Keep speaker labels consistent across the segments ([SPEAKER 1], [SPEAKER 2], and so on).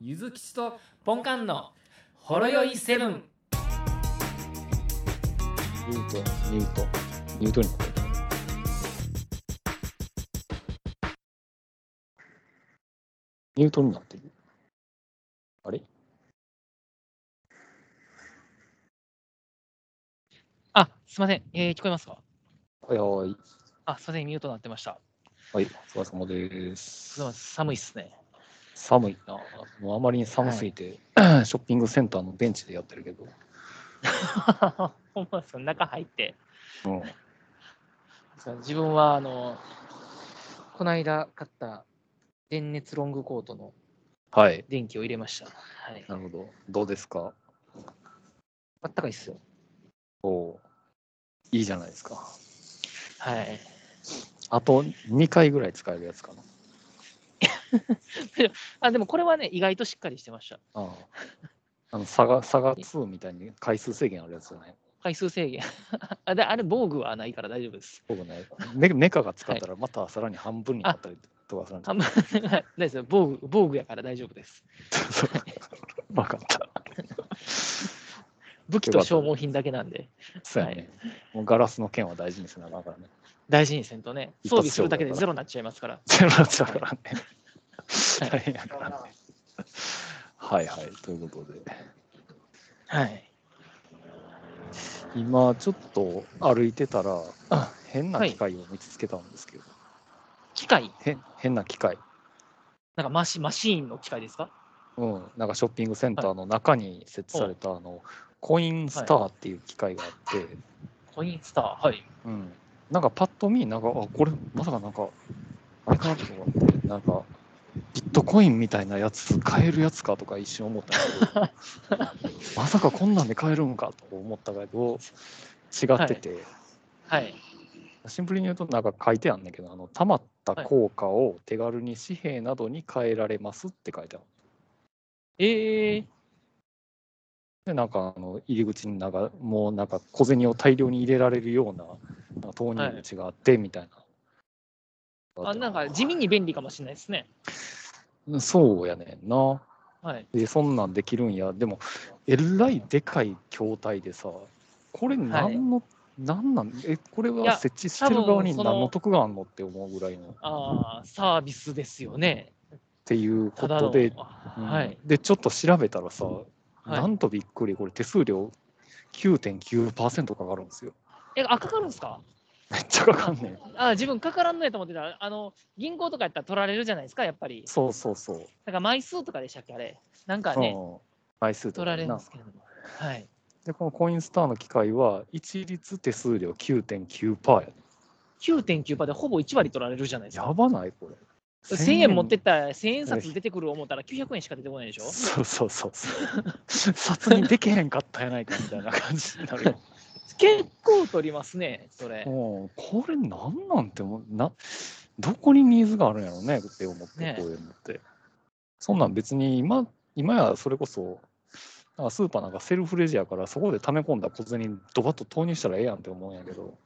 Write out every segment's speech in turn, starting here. [SPEAKER 1] ゆずきちとポンカンのほろよいセブン。
[SPEAKER 2] ニュートン、ニュートン、ニュートンにニュートンになってる。あれ
[SPEAKER 3] あ、すみません。えー聞こえますか
[SPEAKER 2] はいはい。
[SPEAKER 3] あ、すみません。ミュートになってました。
[SPEAKER 2] はい、お疲れ様ですす
[SPEAKER 3] み。ません。寒いっす ね。
[SPEAKER 2] 寒いな。もうあまりに寒すぎて、 ショッピングセンターのベンチでやってるけど。
[SPEAKER 3] ほんまですか中入って。
[SPEAKER 2] うん、
[SPEAKER 3] 自分は、あの、この間買った電熱ロングコートの
[SPEAKER 2] はい。
[SPEAKER 3] 電気を入れました。はい。あ
[SPEAKER 2] なるほど。どうですか
[SPEAKER 3] ったかいっすよ。
[SPEAKER 2] おおーいいじゃないですか。
[SPEAKER 3] はい。
[SPEAKER 2] あと2回ぐらい使えるやつかな。
[SPEAKER 3] あ、でもこれはね、意外としっかりしてました。
[SPEAKER 2] あああのサガ、サガ2みたいに回数制限あるやつじゃない
[SPEAKER 3] 回数制限。 あであれ、防具はないから大丈夫です。
[SPEAKER 2] 僕ね、メメカが使ったらまたさらに半分になったりとかするんで
[SPEAKER 3] あんま、ないですよ。防具、防具やから大丈夫です。
[SPEAKER 2] すよ。分かった。
[SPEAKER 3] 武器と消耗品だけなんで、
[SPEAKER 2] そうやね。もうガラスの剣は大事にせなあかんからね。
[SPEAKER 3] 大事にせんとね、
[SPEAKER 2] 一
[SPEAKER 3] 装
[SPEAKER 2] 発勝
[SPEAKER 3] 備する
[SPEAKER 2] 負
[SPEAKER 3] だけで
[SPEAKER 2] だから
[SPEAKER 3] ゼロになっちゃいますから。
[SPEAKER 2] ゼロだったからね。大変やからね。はいはい。ということで、
[SPEAKER 3] はい。
[SPEAKER 2] 今ちょっと歩いてたら、変な機械を見つけたんですけど、
[SPEAKER 3] 機械
[SPEAKER 2] へん変な機械。
[SPEAKER 3] なんかマシマシーンの機械ですか
[SPEAKER 2] うん、なんかショッピングセンターの中に設置された、あのコインスターっていう機械があって、
[SPEAKER 3] コインスター。はい。
[SPEAKER 2] うん、なんかパッと見なんかあこれまさかなんかあれかなと思ってなんかビットコインみたいなやつ買えるやつかとか一瞬思ったんだ けどまさかこんなんで買えるんかと思ったけど違ってて、
[SPEAKER 3] はい。
[SPEAKER 2] シンプルに言うとなんか書いてあんねんけどあの溜まった効果を手軽に紙幣などに変えられますって書いてある。
[SPEAKER 3] ええ
[SPEAKER 2] でなんかあの入り口になんかもうなんか小銭を大量に入れられるようななんか投入口があってみたいな。
[SPEAKER 3] あ、なんか地味に便利かもしれないですね。
[SPEAKER 2] そうやねんな。
[SPEAKER 3] はい。
[SPEAKER 2] で、そんなんできるんや。でも、えらいでかい筐体でさ、これ何の、何なんえ、これ
[SPEAKER 3] い
[SPEAKER 2] は
[SPEAKER 3] や
[SPEAKER 2] 設置してる側に
[SPEAKER 3] 多分そ
[SPEAKER 2] 何
[SPEAKER 3] の
[SPEAKER 2] の得があんのって思うぐらいの。っ
[SPEAKER 3] ああ、サービスですよね。
[SPEAKER 2] ていうこ
[SPEAKER 3] ただ
[SPEAKER 2] と
[SPEAKER 3] の。
[SPEAKER 2] で、うん
[SPEAKER 3] はい。
[SPEAKER 2] で、ちょっと調べたらさ、
[SPEAKER 3] はい
[SPEAKER 2] なんとびっくり、これ手数料9.9%かかるんですよ。
[SPEAKER 3] え、あ、かかるんですか
[SPEAKER 2] めっちゃかかんねん。
[SPEAKER 3] あ自分かからんのやと思ってた。あの、銀行とかやったら取られるじゃないですか、やっぱり。
[SPEAKER 2] そうそうそう。
[SPEAKER 3] なんか枚数とかでしたっけ、あれ。なんかね、
[SPEAKER 2] うん枚数と
[SPEAKER 3] 取ら
[SPEAKER 2] か
[SPEAKER 3] れる
[SPEAKER 2] ね
[SPEAKER 3] ん
[SPEAKER 2] な
[SPEAKER 3] ですけれども。はい。
[SPEAKER 2] で、このコインスターの機械は、一律手数料9.9%やね。
[SPEAKER 3] 9.9%でほぼ1割取られるじゃないです
[SPEAKER 2] や
[SPEAKER 3] か。
[SPEAKER 2] ばないこれ。
[SPEAKER 3] 1000円持ってったら1000円札出てくる思ったら900円しか出てこないでしょ
[SPEAKER 2] そうそうそうそう。札にでけへんかったやないかみたいな感じになるよ。
[SPEAKER 3] 結構取ります ね、それ。
[SPEAKER 2] もうこれなんなんてもうなどこにニーズがあるんやろうねって思って、
[SPEAKER 3] ね
[SPEAKER 2] こういうのって。そんなん別に今今やそれこそなんかスーパーなんかセルフレジやからそこで溜め込んだ小銭ドバッと投入したらええやんって思うんやけど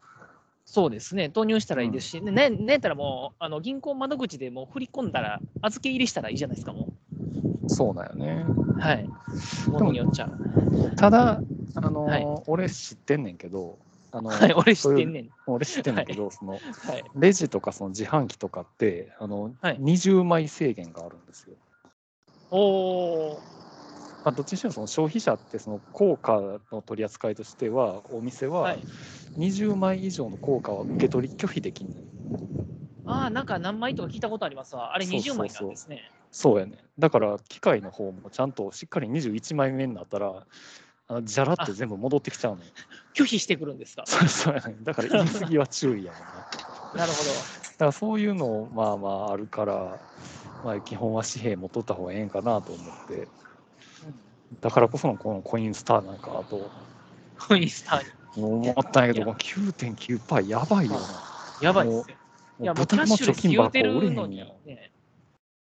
[SPEAKER 3] そうですね、投入したらいいですし、ねねなんやったらもう、あの銀行窓口でもう振り込んだら、預け入れしたらいいじゃないですか、も
[SPEAKER 2] そうなんよね。
[SPEAKER 3] う。はい。ものによっちゃ。
[SPEAKER 2] ただ、あのー
[SPEAKER 3] はい
[SPEAKER 2] 俺知ってんねんけど、あのー
[SPEAKER 3] はい、俺知
[SPEAKER 2] そう
[SPEAKER 3] っ
[SPEAKER 2] いう
[SPEAKER 3] てんねん。
[SPEAKER 2] 俺知ってんねんけど、その
[SPEAKER 3] はい。
[SPEAKER 2] レジとかその自販機とかってあの、
[SPEAKER 3] はい
[SPEAKER 2] 20枚制限があるんですよ。
[SPEAKER 3] おー、
[SPEAKER 2] まあ、どっちにしろその消費者ってその効果の取り扱いとしてはお店
[SPEAKER 3] は。
[SPEAKER 2] はい20枚以上の効果は受け取り拒否できんのよ
[SPEAKER 3] ああ、なんか何枚とか聞いたことありますわ。あれ
[SPEAKER 2] そうそう
[SPEAKER 3] 20枚なんですね。
[SPEAKER 2] そうやねだから機械の方もちゃんとしっかり21枚目になったらあのじゃらって全部戻ってきちゃう のよ
[SPEAKER 3] 拒否してくるんですか。
[SPEAKER 2] そうそうやねだから言い過ぎは注意やもんな
[SPEAKER 3] なるほど。
[SPEAKER 2] だからそういうのまあまああるから、まあ、基本は紙幣持っとった方がええんかなと思ってだからこそのこのコインスターなんかあと
[SPEAKER 3] コインスターに。
[SPEAKER 2] もう思ったんやけど、
[SPEAKER 3] い
[SPEAKER 2] この9.9%パーやばいよな。
[SPEAKER 3] やばいですね。い
[SPEAKER 2] も
[SPEAKER 3] や、
[SPEAKER 2] う
[SPEAKER 3] もうキ
[SPEAKER 2] 豚
[SPEAKER 3] ャッ
[SPEAKER 2] も
[SPEAKER 3] シュレ
[SPEAKER 2] 貯
[SPEAKER 3] ス
[SPEAKER 2] 金
[SPEAKER 3] 言う
[SPEAKER 2] 箱
[SPEAKER 3] て
[SPEAKER 2] 売れへ
[SPEAKER 3] るの
[SPEAKER 2] ん
[SPEAKER 3] に
[SPEAKER 2] やん。
[SPEAKER 3] ね。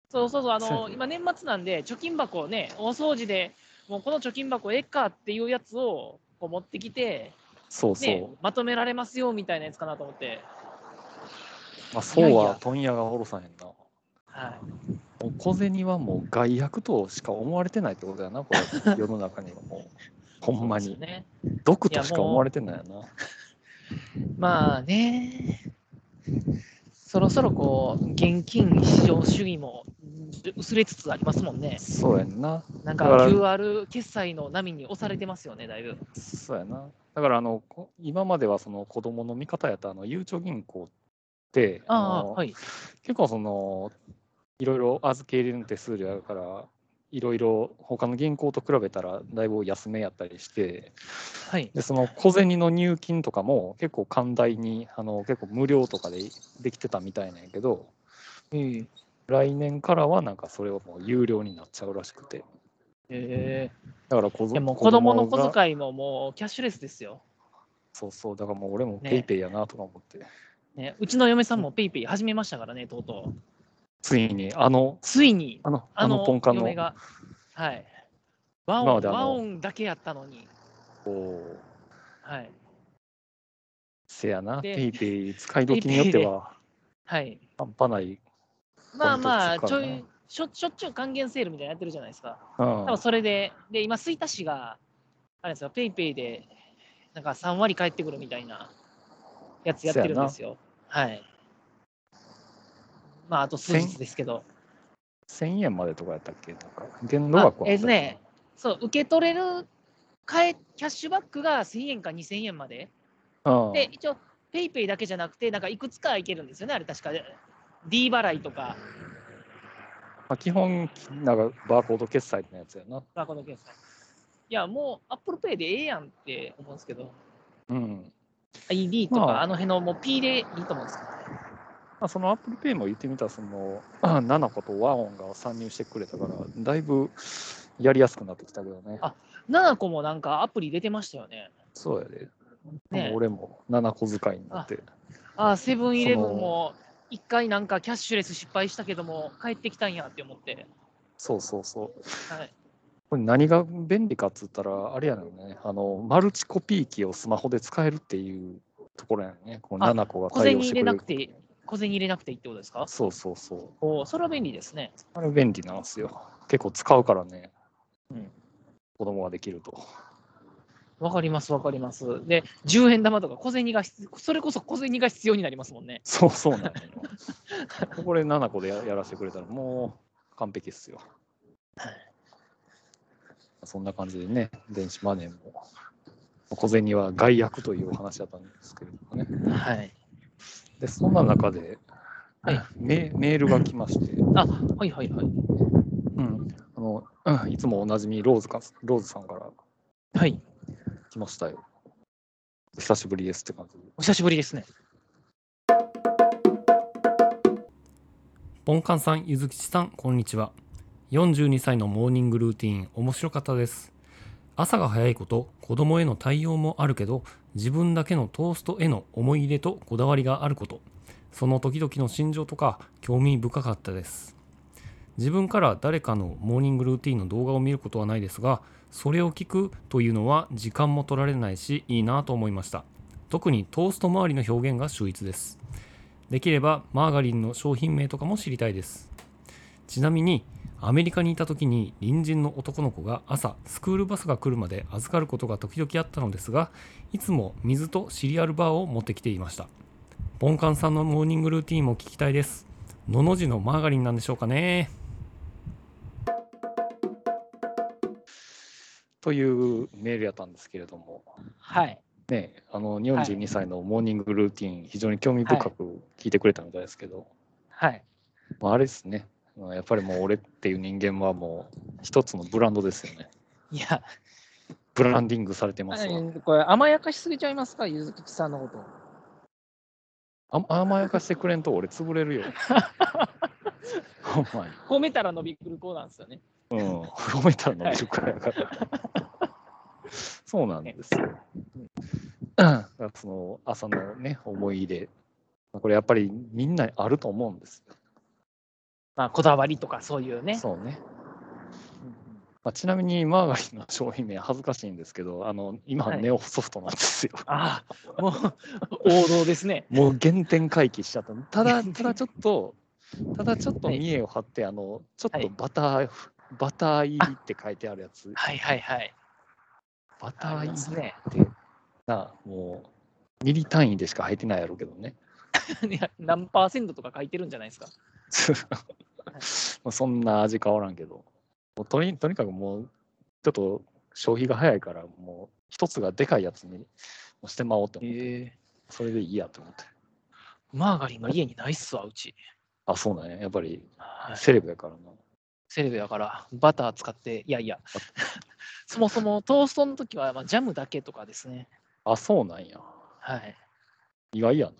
[SPEAKER 3] そうそうそう、あ
[SPEAKER 2] そうや
[SPEAKER 3] の、
[SPEAKER 2] ね
[SPEAKER 3] 今年末なんで、貯金箱をね、大掃除で、もうこの貯金箱ええかっていうやつをこう持ってきて、
[SPEAKER 2] そうそう。
[SPEAKER 3] ね、まとめられますよみたいなやつかなと思って、
[SPEAKER 2] まあ、そう
[SPEAKER 3] いやい
[SPEAKER 2] は
[SPEAKER 3] や
[SPEAKER 2] 問屋がおろさへんな。
[SPEAKER 3] はい、
[SPEAKER 2] もう小銭はもう害悪としか思われてないってことやな、これ。世の中には もう。ほんま
[SPEAKER 3] そう
[SPEAKER 2] に
[SPEAKER 3] です。ね。
[SPEAKER 2] 毒としか思われてないよ
[SPEAKER 3] まあね、そろそろこう、現金至上主義も薄れつつありますもんね
[SPEAKER 2] な。。そうやんな。
[SPEAKER 3] なんか
[SPEAKER 2] だから
[SPEAKER 3] QR 決済の波に押されてますよね、だいぶ。
[SPEAKER 2] そうやな。だからあの、こ今まではその子供の味方やったあの、ゆうちょ銀行って、
[SPEAKER 3] あ
[SPEAKER 2] あ
[SPEAKER 3] あ、
[SPEAKER 2] の
[SPEAKER 3] はい。
[SPEAKER 2] 結構その、いろいろ預け入れの手数料あるから、いろいろ他の銀行と比べたらだいぶ安めやったりして、
[SPEAKER 3] はい。
[SPEAKER 2] でその小銭の入金とかも結構寛大にあの結構無料とかでできてたみたいなんやけど
[SPEAKER 3] え
[SPEAKER 2] 来年からはなんかそれをもう有料になっちゃうらしくて
[SPEAKER 3] え
[SPEAKER 2] だから子
[SPEAKER 3] いやもう子供の
[SPEAKER 2] が
[SPEAKER 3] 小遣いももうキャッシュレスですよ。
[SPEAKER 2] そうそうだからもう俺も
[SPEAKER 3] ね
[SPEAKER 2] ペイペイやなとか思って、
[SPEAKER 3] ね、うちの嫁さんもペイペイ始めましたからね、とうとう。
[SPEAKER 2] ついにあの
[SPEAKER 3] ついに、
[SPEAKER 2] あの
[SPEAKER 3] あ
[SPEAKER 2] あ
[SPEAKER 3] の
[SPEAKER 2] のポンカンの
[SPEAKER 3] 嫁が、はい。和音
[SPEAKER 2] 今まであの
[SPEAKER 3] 和音だけやったのに、
[SPEAKER 2] こう
[SPEAKER 3] はい。
[SPEAKER 2] せやな
[SPEAKER 3] で
[SPEAKER 2] ペイペイ使い時によっては
[SPEAKER 3] はい、
[SPEAKER 2] 半端ない
[SPEAKER 3] まあまあ、ち
[SPEAKER 2] ポイントつ
[SPEAKER 3] ょ
[SPEAKER 2] くからない
[SPEAKER 3] しょ、しょっちゅう還元セールみたいなのやってるじゃないですか。
[SPEAKER 2] うん
[SPEAKER 3] 多分それで、で、今、吹田市が、あれですよ、ペイペイで、なんか3割返ってくるみたいなやつやってるんですよ。はい。まあ、あと数日ですけど。
[SPEAKER 2] 1000円までとかやったっけなんか限度額は
[SPEAKER 3] あえーとねそう、受け取れる買えキャッシュバックが1000円か2000円まで。
[SPEAKER 2] うん
[SPEAKER 3] で、一応、ペイペイだけじゃなくて、なんかいくつかいけるんですよね、あれ確か。D 払いとか、
[SPEAKER 2] まあ、基本なんかバーコード決済のやつやな
[SPEAKER 3] まあ、この決済。いや、もう Apple Pay でええやんって思うんですけど、
[SPEAKER 2] うん。
[SPEAKER 3] ID とか、
[SPEAKER 2] まあ
[SPEAKER 3] あ、の辺のもう P でいいと思うんですけどね。
[SPEAKER 2] まあ、その Apple Pay も言ってみたら、その、 あナナコとワオンが参入してくれたから、だいぶやりやすくなってきたけどね。
[SPEAKER 3] あナナコもなんかアプリ入れてましたよね。
[SPEAKER 2] そうやで。
[SPEAKER 3] ね
[SPEAKER 2] もう俺も7個使いになって。
[SPEAKER 3] ああ、セブンイレブンも一回なんかキャッシュレス失敗したけども、帰ってきたんやって思って。
[SPEAKER 2] そうそうそう。
[SPEAKER 3] はい、
[SPEAKER 2] これ何が便利かっつったら、あれやねんね。あの、マルチコピー機をスマホで使えるっていうところやねんね。この
[SPEAKER 3] あ
[SPEAKER 2] 7個が対応し
[SPEAKER 3] 小銭
[SPEAKER 2] てくれる。
[SPEAKER 3] 入れなくて小銭入れなくていいってことですか
[SPEAKER 2] そうそうそう。
[SPEAKER 3] おお、それは便利ですね。
[SPEAKER 2] あれ便利なんですよ。結構使うからね。
[SPEAKER 3] うん
[SPEAKER 2] 子供ができると。
[SPEAKER 3] わかります、わかります。で、10円玉とか小銭が必、それこそ小銭が必要になりますもんね。
[SPEAKER 2] そうそうなのよ。これ7個でややらせてくれたらもう完璧っすよ。そんな感じでね、電子マネーも小銭は害悪というお話だったんですけれどもね。
[SPEAKER 3] はい。
[SPEAKER 2] で、そんな中で、
[SPEAKER 3] はい
[SPEAKER 2] メメールが来まして、
[SPEAKER 3] あ、はいはいはい。
[SPEAKER 2] うんあのうんいつもおなじみローズかローズさんから
[SPEAKER 3] はい。
[SPEAKER 2] 来ましたよ。お久しぶりですって感じで。
[SPEAKER 3] お久しぶりですね。
[SPEAKER 1] ポンカンさん、ゆずきちさん、こんにちは。42歳のモーニングルーティーン、面白かったです。朝が早いこと、子供への対応もあるけど、自分だけのトーストへの思い入れとこだわりがあること、その時々の心情とか、興味深かったです。自分から誰かのモーニングルーティーンの動画を見ることはないですが、それを聞くというのは時間も取られないし、いいなと思いました。特にトースト周りの表現が秀逸です。できればマーガリンの商品名とかも知りたいですちなみにアメリカにいた時に隣人の男の子が朝スクールバスが来るまで預かることが時々あったのですがいつも水とシリアルバーを持ってきていましたボンカンさんのモーニングルーティーンも聞きたいですのの字のマーガリンなんでしょうかね
[SPEAKER 2] というメールやったんですけれども、
[SPEAKER 3] はい。
[SPEAKER 2] ね、あの42歳のモーニングルーティン、非常に興味深く聞いてくれたみたいですけど、
[SPEAKER 3] はい。
[SPEAKER 2] まあ、あれですね、まあやっぱりもう俺っていう人間はもう一つのブランドですよね。
[SPEAKER 3] いや、
[SPEAKER 2] ブランディングされてますわ。
[SPEAKER 3] これ甘やかしすぎちゃいますか、ゆずきちさんのこと。
[SPEAKER 2] あ甘やかしてくれんと俺潰れるよ。ほんまに。
[SPEAKER 3] 褒めたら伸びる子なんですよね。
[SPEAKER 2] うん。褒めたら伸びるからやから。そうなんですよ。だからその朝のね、思い入れ。これやっぱりみんなあると思うんですよ。
[SPEAKER 3] まあ、こだわりとかそういうね。
[SPEAKER 2] そうね。
[SPEAKER 3] うんうん
[SPEAKER 2] まあ、ちなみにマーガリンの商品名恥ずかしいんですけど、あの今
[SPEAKER 3] はい
[SPEAKER 2] ネオソフトなんですよ。
[SPEAKER 3] あ あ、もう王道ですね。
[SPEAKER 2] もう原点回帰しちゃった。ただ、ただちょっとただちょっと
[SPEAKER 3] はい
[SPEAKER 2] 見栄を張って、あの、ちょっ
[SPEAKER 3] は
[SPEAKER 2] と
[SPEAKER 3] い
[SPEAKER 2] バター、バター入りって書いてあるやつ、
[SPEAKER 3] はいはいはい。
[SPEAKER 2] バター
[SPEAKER 3] あ
[SPEAKER 2] 入
[SPEAKER 3] り
[SPEAKER 2] り
[SPEAKER 3] ますね。
[SPEAKER 2] って、なあ、もう、ミリ単位でしか入ってないやろうけどね。
[SPEAKER 3] いや 何パーセントとか書いてるんじゃないですか。
[SPEAKER 2] まあそんな味変わらんけど、もうとにとにかくもう、ちょっと消費が早いから、もう、一つがでかいやつにもうしてまおうって思って、
[SPEAKER 3] え
[SPEAKER 2] それでいいやと思って。
[SPEAKER 3] マーガリンが家にないっすわ、うち。
[SPEAKER 2] あ、そうなんや。やっぱり、
[SPEAKER 3] はい
[SPEAKER 2] セレブやからな。
[SPEAKER 3] セレブやから、バター使って、いやいや、 そもそもトーストの時はまあジャムだけとかですね。
[SPEAKER 2] あ、そうなんや。
[SPEAKER 3] はい。
[SPEAKER 2] 意外やな。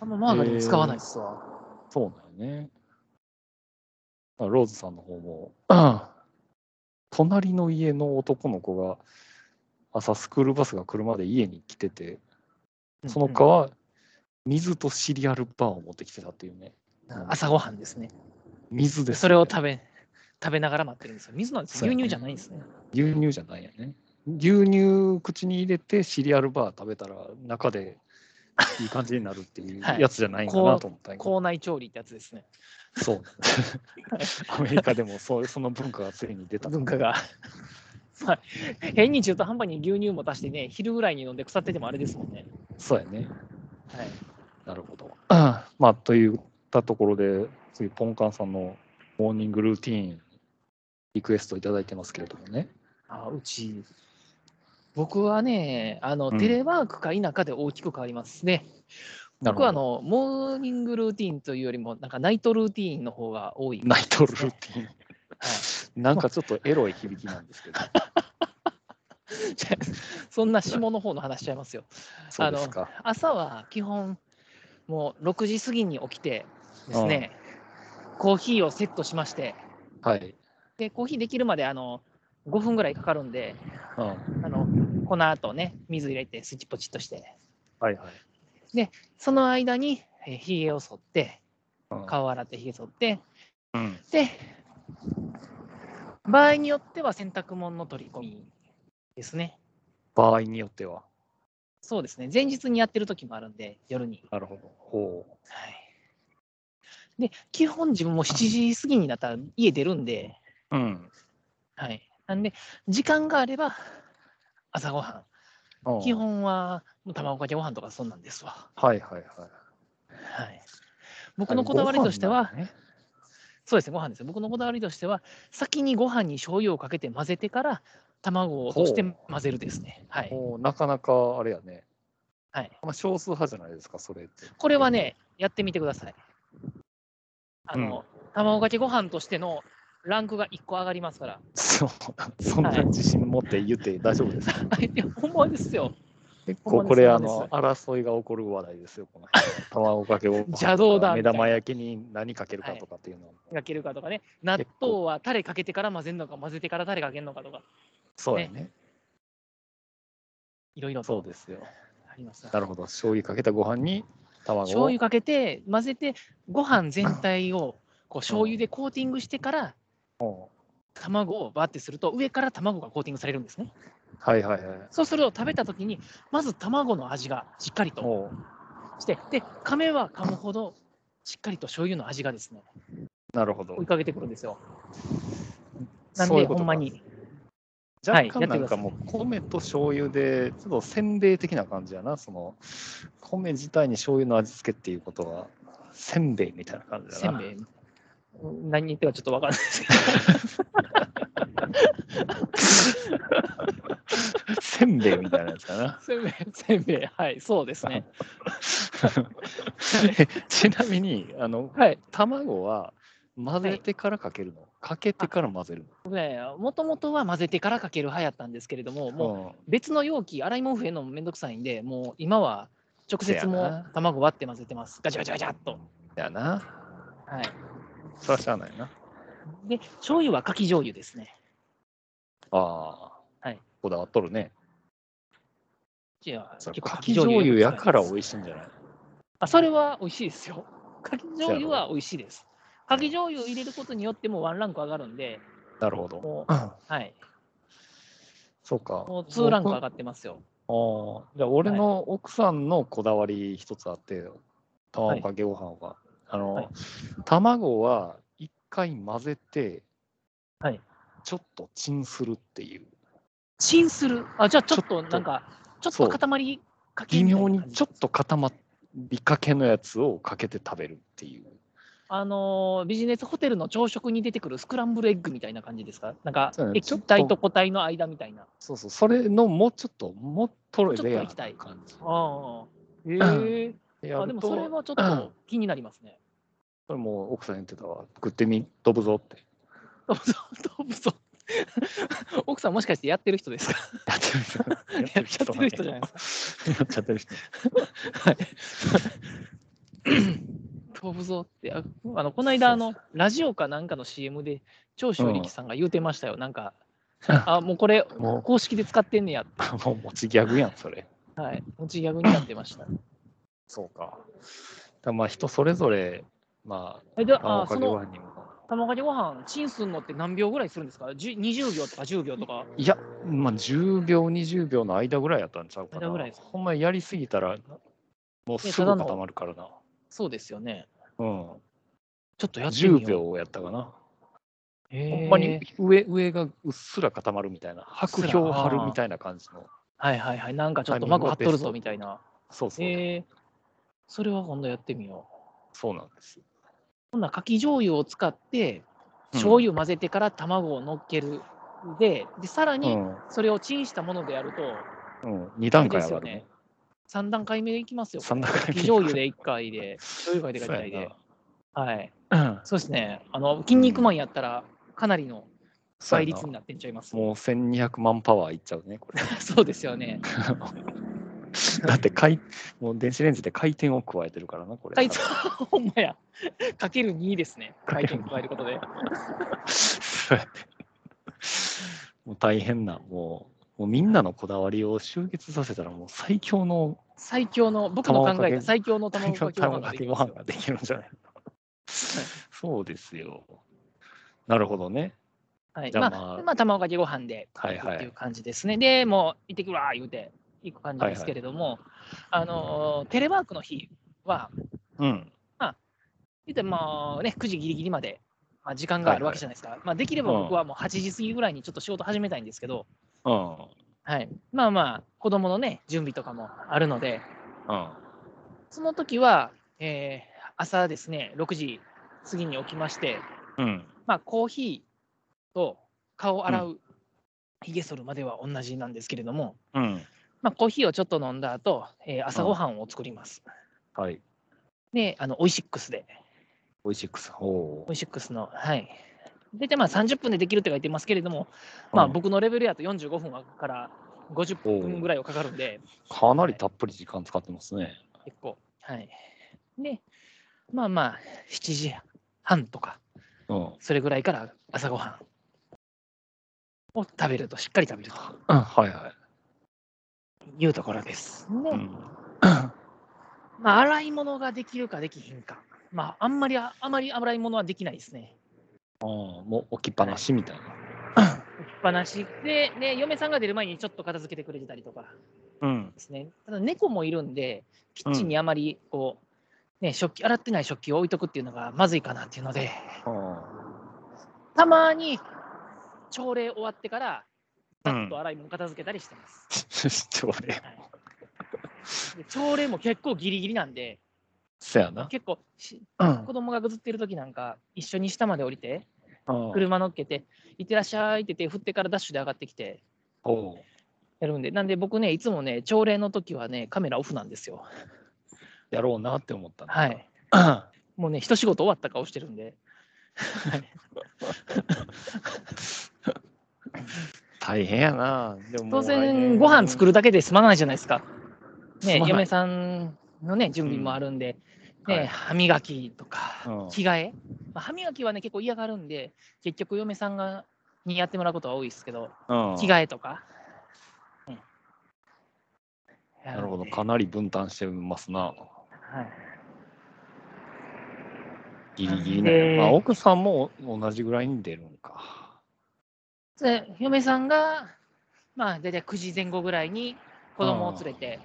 [SPEAKER 3] あんまマーガリン使わないっすわ。
[SPEAKER 2] そうなんやね。まあローズさんの方も、 うん隣の家の男の子が、朝スクールバスが車で家に来てて、その子
[SPEAKER 3] 川
[SPEAKER 2] は、水とシリアルバーを持ってきてたっていうね。
[SPEAKER 3] 朝ごはんですね。
[SPEAKER 2] 水です、
[SPEAKER 3] それを
[SPEAKER 2] べ
[SPEAKER 3] 食べ、食べながら待ってるんですよ。水なんです
[SPEAKER 2] そう
[SPEAKER 3] よ。
[SPEAKER 2] やね
[SPEAKER 3] 牛乳じゃないんですね。
[SPEAKER 2] 牛乳じゃないよね。牛乳口に入れてシリアルバー食べたら中でいい感じになるっていう
[SPEAKER 3] はい
[SPEAKER 2] やつじゃないんかなと思ったんやけど
[SPEAKER 3] 校内調理ってやつですね。
[SPEAKER 2] そう。 アメリカでもそうその文化がついに出た。
[SPEAKER 3] 文化が。 まあ、変に中途半端に牛乳も足してね、昼ぐらいに飲んで腐っててもあれですもんね。
[SPEAKER 2] そうやね。
[SPEAKER 3] はい。
[SPEAKER 2] なるほど。 まあといったところで次ポンカンさんのモーニングルーティーンリクエストいただいてますけれどもね。
[SPEAKER 3] あうち、僕はね、あの、
[SPEAKER 2] うん
[SPEAKER 3] テレワークか否かで大きく変わりますね。
[SPEAKER 2] な
[SPEAKER 3] 僕
[SPEAKER 2] るほ
[SPEAKER 3] は
[SPEAKER 2] ど
[SPEAKER 3] あの、モーニングルーティンというよりも、なんかナイトルーティンの方が多い、
[SPEAKER 2] ナイトルーティン。
[SPEAKER 3] は
[SPEAKER 2] なんかちょっとエロい響きなんですけど。
[SPEAKER 3] い そんな下の方の話しちゃいますよ。
[SPEAKER 2] そうですか。
[SPEAKER 3] 朝は基本、もう6時過ぎに起きてですね、コーヒーをセットしまして、
[SPEAKER 2] はい。
[SPEAKER 3] で、コーヒーできるまであの5分ぐらいかかるんで、
[SPEAKER 2] うん。
[SPEAKER 3] あの粉とね、水入れて、スイッチポチッとして、
[SPEAKER 2] はいはい。
[SPEAKER 3] その間に、えー、ひげを剃って、
[SPEAKER 2] うん
[SPEAKER 3] 顔洗ってひげ剃って、
[SPEAKER 2] うん。
[SPEAKER 3] で、場合によっては洗濯物の取り込みですね。
[SPEAKER 2] 場合によっては。
[SPEAKER 3] そうですね。前日にやってる時もあるんで、夜に。
[SPEAKER 2] なるほど。ほう。
[SPEAKER 3] はい、で、基本自分も7時過ぎになったら家出るんで、
[SPEAKER 2] うん。
[SPEAKER 3] はい。なんで、時間があれば、朝ごはん。基。本は、もう卵かけご飯とかそんなんですわ。
[SPEAKER 2] はいはいはい。
[SPEAKER 3] はい。僕のこだわりとしては、そうですね、ご飯ですよ。僕のこだわりとしては、先にご飯に醤油をかけて混ぜてから、卵を落として
[SPEAKER 2] ほ
[SPEAKER 3] 混ぜるですね。はい。
[SPEAKER 2] もうなかなかあれやね。
[SPEAKER 3] はい。
[SPEAKER 2] まあ、少数派じゃないですか、それって。
[SPEAKER 3] これはね、やってみてください。あの、卵かけご飯としてのランクが1個上がりますから。
[SPEAKER 2] そう。そんな自信持って言って大丈夫ですか。
[SPEAKER 3] いや、ほんまですよ。
[SPEAKER 2] 結
[SPEAKER 3] ほ
[SPEAKER 2] 構
[SPEAKER 3] んまです
[SPEAKER 2] これ、
[SPEAKER 3] ほ
[SPEAKER 2] あ
[SPEAKER 3] んまです
[SPEAKER 2] の、争いが起こる話題ですよ、この辺。卵かけを。
[SPEAKER 3] 邪道だ
[SPEAKER 2] 目
[SPEAKER 3] みたいな
[SPEAKER 2] 玉焼きに何かけるかとかっていうのは。
[SPEAKER 3] かけるかとかね、納
[SPEAKER 2] 結構
[SPEAKER 3] 豆はタレかけてから混ぜるのか、混ぜてからタレかけるのかとか、
[SPEAKER 2] そうやね。
[SPEAKER 3] いろいろ
[SPEAKER 2] そう
[SPEAKER 3] と
[SPEAKER 2] ですよ。
[SPEAKER 3] ありますが。
[SPEAKER 2] なるほど。醤油かけたご飯に卵を。
[SPEAKER 3] 醤油かけて混ぜてご飯全体をこう醤油でコーティングしてから卵をバーってすると上から卵がコーティングされるんですね
[SPEAKER 2] はいはいはい。
[SPEAKER 3] そうすると食べた時にまず卵の味がしっかりと
[SPEAKER 2] も
[SPEAKER 3] してで噛めは噛むほどしっかりと醤油の味がですね
[SPEAKER 2] う、なるほど
[SPEAKER 3] 追い。かけてくるんですよなん
[SPEAKER 2] そうい
[SPEAKER 3] で
[SPEAKER 2] うこと
[SPEAKER 3] ほ
[SPEAKER 2] か
[SPEAKER 3] んまには
[SPEAKER 2] 若
[SPEAKER 3] い
[SPEAKER 2] 干なんかもう米と醤油でちょっと洗礼的な感じやなその米自体に醤油の味付けっていうことはせんべいみたいな感じ
[SPEAKER 3] せん
[SPEAKER 2] だな
[SPEAKER 3] べい何言ってるかちょっとわかんないですけ
[SPEAKER 2] せんべいみたいなやつかな
[SPEAKER 3] どせんべいせんべいはいそうですね
[SPEAKER 2] ちなみにあの
[SPEAKER 3] はい
[SPEAKER 2] 卵は混ぜてからかけるの、かけてから混ぜる
[SPEAKER 3] もともとは混ぜてからかける派やったんですけれども
[SPEAKER 2] の
[SPEAKER 3] もう別の容器、洗い物増えるのもめんどくさいんで、もう今は直接
[SPEAKER 2] せや
[SPEAKER 3] も
[SPEAKER 2] な
[SPEAKER 3] う卵割って混ぜてます。ガチャガチャガチャっと。
[SPEAKER 2] うんやな
[SPEAKER 3] はい。
[SPEAKER 2] それはしゃあないな
[SPEAKER 3] で、醤油はかき醤油ですね。
[SPEAKER 2] ああ、
[SPEAKER 3] はい、
[SPEAKER 2] こだわっとるね
[SPEAKER 3] いや
[SPEAKER 2] それ
[SPEAKER 3] 結構
[SPEAKER 2] かき醤油やから
[SPEAKER 3] よく使います
[SPEAKER 2] 美味しいんじゃない
[SPEAKER 3] あ、それは美味しいですよ。かき醤油は美味しいです。かき醤油を入れることによってもうワンランク上がるんで、
[SPEAKER 2] なるほど、
[SPEAKER 3] も
[SPEAKER 2] うん
[SPEAKER 3] う、はい。
[SPEAKER 2] そうか
[SPEAKER 3] もう2ランク上がってますよ。
[SPEAKER 2] ああ、じゃあ俺の奥さんのこだわり一つあって、卵かけご飯は、あの、
[SPEAKER 3] はい
[SPEAKER 2] 卵は一回混ぜて、
[SPEAKER 3] はい
[SPEAKER 2] ちょっとチンするっていう、
[SPEAKER 3] チンする。あ、じゃあちょっ
[SPEAKER 2] ちょ
[SPEAKER 3] と
[SPEAKER 2] っと
[SPEAKER 3] なんか、ちょっ
[SPEAKER 2] そ
[SPEAKER 3] と
[SPEAKER 2] う
[SPEAKER 3] 塊かけ
[SPEAKER 2] 微
[SPEAKER 3] みたいな
[SPEAKER 2] 妙に
[SPEAKER 3] 感じ
[SPEAKER 2] ちょっと固まりかけのやつをかけて食べるっていう。
[SPEAKER 3] あのービジネスホテルの朝食に出てくるスクランブルエッグみたいな感じですかなんか
[SPEAKER 2] そうだね
[SPEAKER 3] 液体と固体の間みたいな。
[SPEAKER 2] そうそう、それのもうちょっと、もっとレアな
[SPEAKER 3] ちょっと液体
[SPEAKER 2] 感じ。
[SPEAKER 3] ああ。へえ。
[SPEAKER 2] でや
[SPEAKER 3] あ
[SPEAKER 2] る
[SPEAKER 3] でも
[SPEAKER 2] と
[SPEAKER 3] それはちょっと気になりますね。
[SPEAKER 2] これもう奥さん言ってたわ、食ってみ、飛ぶぞって。
[SPEAKER 3] どうぞどう ぞ奥さんもしかしてやってる人ですか
[SPEAKER 2] やってる人。。
[SPEAKER 3] やってる人じゃないです
[SPEAKER 2] やっちゃってる人。
[SPEAKER 3] 飛ぶぞって。ああのこの間あの、ラジオかなんかの CM で、長州力さんが言うてましたよ。なんか、あ、もうこれ、
[SPEAKER 2] も
[SPEAKER 3] 公式で使ってんねやって。
[SPEAKER 2] う、 もう持ちギャグやん、それ。
[SPEAKER 3] はい。持ちギャグになってま した。
[SPEAKER 2] そうか。だまあ人それぞれ、ま
[SPEAKER 3] えで
[SPEAKER 2] あ、パン
[SPEAKER 3] あ
[SPEAKER 2] おか
[SPEAKER 3] そ
[SPEAKER 2] けご
[SPEAKER 3] の
[SPEAKER 2] 飯にも。
[SPEAKER 3] 卵かけご飯チンするのって何秒ぐらいするんですかじゅ ?20 秒とか10秒とか。
[SPEAKER 2] いや、まあ10秒、20秒の間ぐらいやったんちゃうかな。
[SPEAKER 3] 間ぐらいです
[SPEAKER 2] ほんまやりすぎたら、もうす
[SPEAKER 3] た
[SPEAKER 2] ぐ
[SPEAKER 3] だの
[SPEAKER 2] 固まるからな。
[SPEAKER 3] そうですよね。
[SPEAKER 2] うん。
[SPEAKER 3] ちょっとやってみよう。
[SPEAKER 2] 10。秒やったかな。
[SPEAKER 3] ほ
[SPEAKER 2] ほんまに上上がうっすら固まるみたいな、白
[SPEAKER 3] うっす
[SPEAKER 2] 氷
[SPEAKER 3] ら
[SPEAKER 2] を張るみたいな感じの。
[SPEAKER 3] はいはいはい。なんかちょっと
[SPEAKER 2] タイミン
[SPEAKER 3] 幕
[SPEAKER 2] グ
[SPEAKER 3] 張
[SPEAKER 2] が
[SPEAKER 3] っと
[SPEAKER 2] ベ
[SPEAKER 3] る
[SPEAKER 2] ス
[SPEAKER 3] ぞ
[SPEAKER 2] ト
[SPEAKER 3] みたいな。
[SPEAKER 2] そうそう、
[SPEAKER 3] えー、それは今度やってみよう。
[SPEAKER 2] そうなんです。
[SPEAKER 3] こんな柿醤油を使って、
[SPEAKER 2] うん
[SPEAKER 3] 醤油混ぜてから卵を乗っける。でで、さら
[SPEAKER 2] う
[SPEAKER 3] に
[SPEAKER 2] ん、
[SPEAKER 3] それをチンしたものでやると、
[SPEAKER 2] うん、2段階上がる
[SPEAKER 3] いいで
[SPEAKER 2] ね。
[SPEAKER 3] 3段階目でいきますよ。
[SPEAKER 2] 3段階目
[SPEAKER 3] 柿醤油で1回 で、醤油で1回で。はい。そうですね。あの、筋肉マンやったら、かなりの
[SPEAKER 2] そう
[SPEAKER 3] 倍
[SPEAKER 2] やな
[SPEAKER 3] 率になってんちゃいます。
[SPEAKER 2] もう1200万パワーいっちゃうね、これ。
[SPEAKER 3] そうですよね。
[SPEAKER 2] だって回、もう電子レンジで回転を加えてるからな、これ。
[SPEAKER 3] 回転、ほんまや。かける2ですね。
[SPEAKER 2] か
[SPEAKER 3] 回
[SPEAKER 2] ける
[SPEAKER 3] 転
[SPEAKER 2] 二
[SPEAKER 3] 加えることで。
[SPEAKER 2] そうやって もう大変な、もう、もうみんなのこだわりを集結させたら、もう最強の
[SPEAKER 3] 最強の、僕の
[SPEAKER 2] 卵
[SPEAKER 3] 考
[SPEAKER 2] か
[SPEAKER 3] え
[SPEAKER 2] け
[SPEAKER 3] た最強の卵
[SPEAKER 2] 最
[SPEAKER 3] か
[SPEAKER 2] 強の
[SPEAKER 3] けご飯
[SPEAKER 2] 卵
[SPEAKER 3] が
[SPEAKER 2] か
[SPEAKER 3] で
[SPEAKER 2] け
[SPEAKER 3] き
[SPEAKER 2] ご
[SPEAKER 3] ますよ
[SPEAKER 2] 飯ができるんじゃないのそうですよ。なるほどね。
[SPEAKER 3] はい。
[SPEAKER 2] じゃ
[SPEAKER 3] ま
[SPEAKER 2] あ
[SPEAKER 3] あ、
[SPEAKER 2] まあ
[SPEAKER 3] まあ、卵かけご飯で
[SPEAKER 2] はいは
[SPEAKER 3] ってい。
[SPEAKER 2] いう
[SPEAKER 3] 感じですね。で、もう、行ってくるわ、言うて、行く感じですけれども、あのー、テレワークの日は、
[SPEAKER 2] うん。
[SPEAKER 3] 言ってまあね、9時ギリギリまで、まあ、時間があるわけじゃないですか。まあ、できれば僕はもう8時過ぎぐらいにちょっと仕事始めたいんですけど、
[SPEAKER 2] うん。
[SPEAKER 3] はい。まあまあ、子供のね、準備とかもあるので、
[SPEAKER 2] うん。
[SPEAKER 3] その時は、えー朝ですね、6時過ぎに起きまして、
[SPEAKER 2] うん。
[SPEAKER 3] まあ、コーヒーと顔を洗う、ひげ剃るまでは同じなんですけれども、
[SPEAKER 2] うん。
[SPEAKER 3] まあ、コーヒーをちょっと飲んだ後、えー朝ごはんを作ります。
[SPEAKER 2] はい。
[SPEAKER 3] で、あのオイシックスで、
[SPEAKER 2] オイシックス。お
[SPEAKER 3] オイシックスの、はい。大体まあ30分でできるって書いてますけれども、まあ、
[SPEAKER 2] うん
[SPEAKER 3] 僕のレベルやと45分から50分ぐらいはかかるんで、
[SPEAKER 2] かなりたっぷり時間使ってますね。
[SPEAKER 3] 結構。はい。で、まあまあ、7時半とか、
[SPEAKER 2] うん。
[SPEAKER 3] それぐらいから朝ごはんを食べると、しっかり食べると
[SPEAKER 2] はいは
[SPEAKER 3] いうところです。ね
[SPEAKER 2] い。うん。
[SPEAKER 3] まあ、洗い物ができるかできひんか。まあ、あんまり、ああまり洗い物はできないですね。
[SPEAKER 2] もう置きっぱなしみたいな。
[SPEAKER 3] 話で、ね、嫁さんが出る前にちょっと片付けてくれてたりとか
[SPEAKER 2] うん。
[SPEAKER 3] ですね。ただ、猫もいるんで、キッチンにあまり、こう、ね、食器、洗ってない食器を置いとくっていうのがまずいかなっていうので、たまに朝礼終わってから、ざっ と洗い物片付けたりしてます。
[SPEAKER 2] ちょあれ。
[SPEAKER 3] で朝礼も結構ギリギリなんで、
[SPEAKER 2] そやな。
[SPEAKER 3] 結構し
[SPEAKER 2] うん
[SPEAKER 3] 子。供がぐずってる時なんか、一緒に下まで降りて、
[SPEAKER 2] うん
[SPEAKER 3] 車乗っけて、いってらっしゃいって手振ってからダッシュで上がってきて
[SPEAKER 2] おう
[SPEAKER 3] やるんで、なんで僕ね、いつもね、朝礼の時はね、カメラオフなんですよ。
[SPEAKER 2] やろうなって思ったんだ
[SPEAKER 3] はい。。もうね、一仕事終わった顔してるんで、
[SPEAKER 2] 大変やな。でもも
[SPEAKER 3] 当
[SPEAKER 2] う来
[SPEAKER 3] 然、
[SPEAKER 2] 年
[SPEAKER 3] ご飯作るだけで済まないじゃないですか。ね
[SPEAKER 2] す、まない
[SPEAKER 3] 嫁さんのね、準備もあるんで、
[SPEAKER 2] うん
[SPEAKER 3] ね、
[SPEAKER 2] はい
[SPEAKER 3] 歯磨きとか、
[SPEAKER 2] うん
[SPEAKER 3] 着替え、まあ歯磨きはね、結構嫌がるんで、結局、嫁さんがにやってもらうことは多いですけど、
[SPEAKER 2] うん
[SPEAKER 3] 着替えとか。うん
[SPEAKER 2] なるほど。
[SPEAKER 3] やんで
[SPEAKER 2] かなり分担してますな。
[SPEAKER 3] はい
[SPEAKER 2] ギリギ
[SPEAKER 3] な
[SPEAKER 2] リ
[SPEAKER 3] ん
[SPEAKER 2] ね。
[SPEAKER 3] で
[SPEAKER 2] まあ、奥さんも同じぐらいに出るんか。
[SPEAKER 3] で嫁さんが、まあ、大体9時前後ぐらいに子供を連れて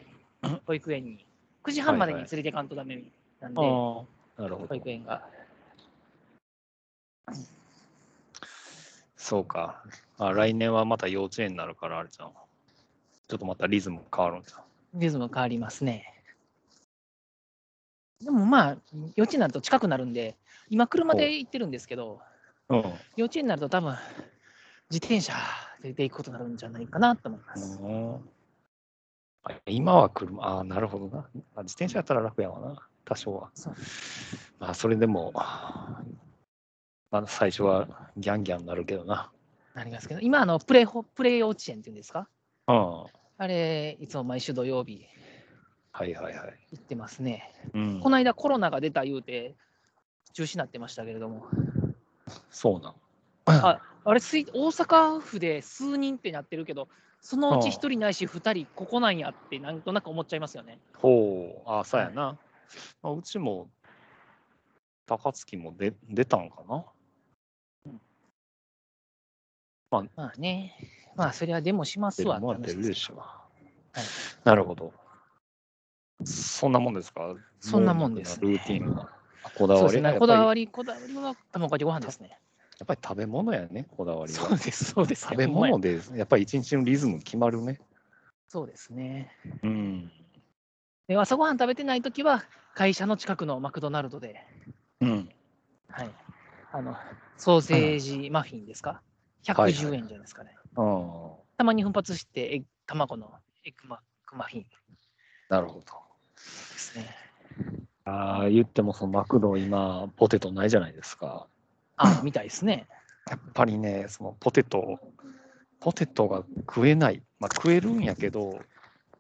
[SPEAKER 3] 保育園に9時半までに連れていかんとダメなんで、
[SPEAKER 2] ああ。なるほ
[SPEAKER 3] 保
[SPEAKER 2] ど。
[SPEAKER 3] 育園が。
[SPEAKER 2] そうか。あ、来年はまた幼稚園になるから、あれじゃん。ちょっとまたリズム変わるんじゃん。
[SPEAKER 3] リズム変わりますね。でもまあ、幼稚園になると近くなるんで、今、車で行ってるんですけど、
[SPEAKER 2] うん。
[SPEAKER 3] 幼稚園になると多分、自転車で行くことになるんじゃないかなと思います。
[SPEAKER 2] うんあ今は車、ああ、なるほどな。あ自転車やったら楽やわな、多少は。
[SPEAKER 3] そう
[SPEAKER 2] まあ、それでも、まあ、最初はギャンギャンなるけどな。
[SPEAKER 3] なりますけど、今あのプレホ、プレ幼稚園っていうんですか
[SPEAKER 2] うん。は
[SPEAKER 3] あれ、いつも毎週土曜日
[SPEAKER 2] いはいはい。
[SPEAKER 3] 行ってますね。
[SPEAKER 2] うん
[SPEAKER 3] この間コロナが出た言うて、中止になってましたけれども、
[SPEAKER 2] そうなん。
[SPEAKER 3] あれ、すい大阪府で数人ってなってるけど、そのうち
[SPEAKER 2] ああ
[SPEAKER 3] 1人ないし2人、ここなんやって、なんとなく思っちゃいますよね。
[SPEAKER 2] ほう、あそうやな。まあ、うちも、高槻も出出たんかな。
[SPEAKER 3] まあね、まあそれはデモします
[SPEAKER 2] 出る
[SPEAKER 3] わ
[SPEAKER 2] もんは出るで
[SPEAKER 3] ょ。
[SPEAKER 2] しょう。
[SPEAKER 3] い
[SPEAKER 2] なるほど。そんなもんですか
[SPEAKER 3] そんなもんですね
[SPEAKER 2] モーニングのルーティンは。こだ
[SPEAKER 3] そう
[SPEAKER 2] わ
[SPEAKER 3] です
[SPEAKER 2] りが
[SPEAKER 3] ね、
[SPEAKER 2] やっ
[SPEAKER 3] こだわ
[SPEAKER 2] ぱり
[SPEAKER 3] り、こだわりは卵かけご飯ですね。
[SPEAKER 2] やっぱり食べ物やね、こだわり
[SPEAKER 3] そう
[SPEAKER 2] は。
[SPEAKER 3] です、そうです。
[SPEAKER 2] 食べ
[SPEAKER 3] ほんまや
[SPEAKER 2] 物で、やっぱり一日のリズム決まるね。
[SPEAKER 3] そうですね。
[SPEAKER 2] うん。
[SPEAKER 3] で朝ごはん食べてないときは、会社の近くのマクドナルドで、
[SPEAKER 2] うん。
[SPEAKER 3] はい、あのソーセージマフィンですか、
[SPEAKER 2] はいはい
[SPEAKER 3] ?110 円じゃないですかね。
[SPEAKER 2] うん
[SPEAKER 3] たまに奮発して、エッグ卵のエッグマクマフィンで
[SPEAKER 2] なるほど。
[SPEAKER 3] すね。
[SPEAKER 2] ああ、言ってもそのマクド今、ポテトないじゃないですか。
[SPEAKER 3] あ、みたいですね。
[SPEAKER 2] やっぱりね、そのポテト、ポテトが食えない、まあ、食えるんやけど、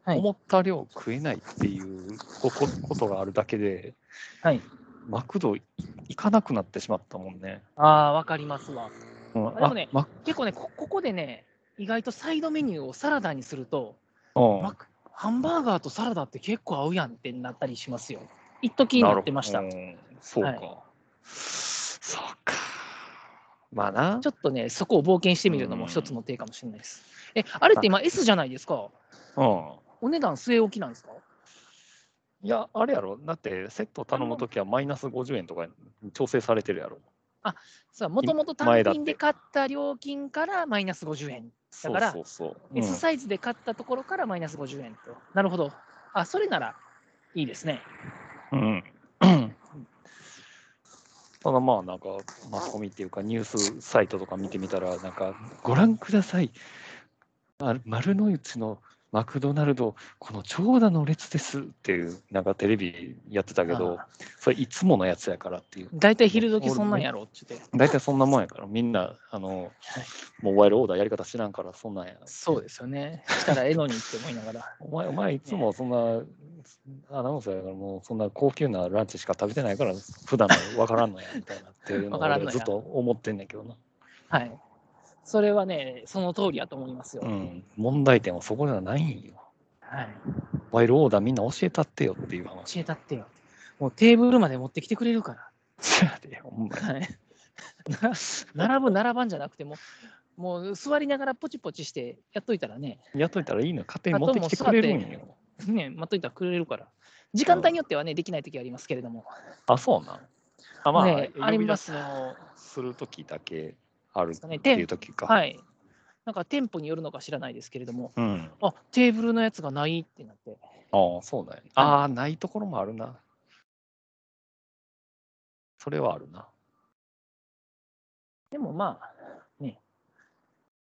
[SPEAKER 3] はい
[SPEAKER 2] 思った量食えないっていうここことがあるだけで、
[SPEAKER 3] はい
[SPEAKER 2] マクドい行かなくなってしまったもんね。
[SPEAKER 3] ああ、わかりますわ。
[SPEAKER 2] うん、
[SPEAKER 3] でもね
[SPEAKER 2] あマ
[SPEAKER 3] 結構ねこ、ここでね、意外とサイドメニューをサラダにすると、
[SPEAKER 2] うん
[SPEAKER 3] マクハンバーガーとサラダって結構合うやんってなったりしますよ。一時なってました。
[SPEAKER 2] な
[SPEAKER 3] ち
[SPEAKER 2] るほどうんそうか、
[SPEAKER 3] は
[SPEAKER 2] そうか。まあな、
[SPEAKER 3] ょっとね、そこを冒険してみるのも一つの手かもしれないです。え、あれって今 S じゃないですか。
[SPEAKER 2] う
[SPEAKER 3] お値段据え置きなんですか
[SPEAKER 2] ん。いや、あれやろ、だってセット頼むときはマイナス50円とかに調整されてるやろ。
[SPEAKER 3] そう、もともと単品で買った料金からマイナス50円。だから
[SPEAKER 2] そうそうそう。
[SPEAKER 3] S サイズで買ったところからマイナス50円と。なるほど。あ、それならいいですね。
[SPEAKER 2] うん。ただまあなんかマスコミっていうかニュースサイトとか見てみたらなんかご覧くださいま丸の内のマクドナルドこの長蛇の列ですっていうなんかテレビやってたけど
[SPEAKER 3] あ
[SPEAKER 2] それいつものやつやからっていう
[SPEAKER 3] 大体昼時そんなんやろって言って。
[SPEAKER 2] 大体そんなもんやからみんなあの
[SPEAKER 3] はい
[SPEAKER 2] モバイルオーダーやり方知らんからそんなんや
[SPEAKER 3] そうですよね。したらええのにって思いなが ら。
[SPEAKER 2] お前お前いつもそんなアナウンサーやからもうそんな高級なランチしか食べてないから普段のわからんのやみたいなっていうの
[SPEAKER 3] わ
[SPEAKER 2] を
[SPEAKER 3] からんの
[SPEAKER 2] 俺
[SPEAKER 3] や
[SPEAKER 2] ずっと思ってんねんけどな、
[SPEAKER 3] はい。それはね、その通りやと思いますよ。
[SPEAKER 2] うん、問題点はそこではないんよ
[SPEAKER 3] はい。
[SPEAKER 2] モバイルオーダーみんな教えたってよっていう話
[SPEAKER 3] 教えたってよ。もうテーブルまで持ってきてくれるか
[SPEAKER 2] やでほんま
[SPEAKER 3] ら。はい。 な並ぶ、並ばんじゃなくても、もう座りながらポチポチしてやっといたらね、
[SPEAKER 2] にやっといたらいいのよ勝手に持ってきてくれるんよ
[SPEAKER 3] ね、待っといたらくれるから。時間帯によってはね、できない時ありますけれども。
[SPEAKER 2] あそうなんあまあ、
[SPEAKER 3] ねあ
[SPEAKER 2] 呼
[SPEAKER 3] り
[SPEAKER 2] び
[SPEAKER 3] ま
[SPEAKER 2] 出
[SPEAKER 3] す
[SPEAKER 2] しのする時だけあるって
[SPEAKER 3] てん
[SPEAKER 2] いう時か、
[SPEAKER 3] はい。なんか店舗によるのか知らないですけれども、
[SPEAKER 2] うん
[SPEAKER 3] あテーブルのやつがないってなって、
[SPEAKER 2] ああ、そうだよ、ね。ああ、ないところもあるな。それはあるな。
[SPEAKER 3] でもまあ、ね、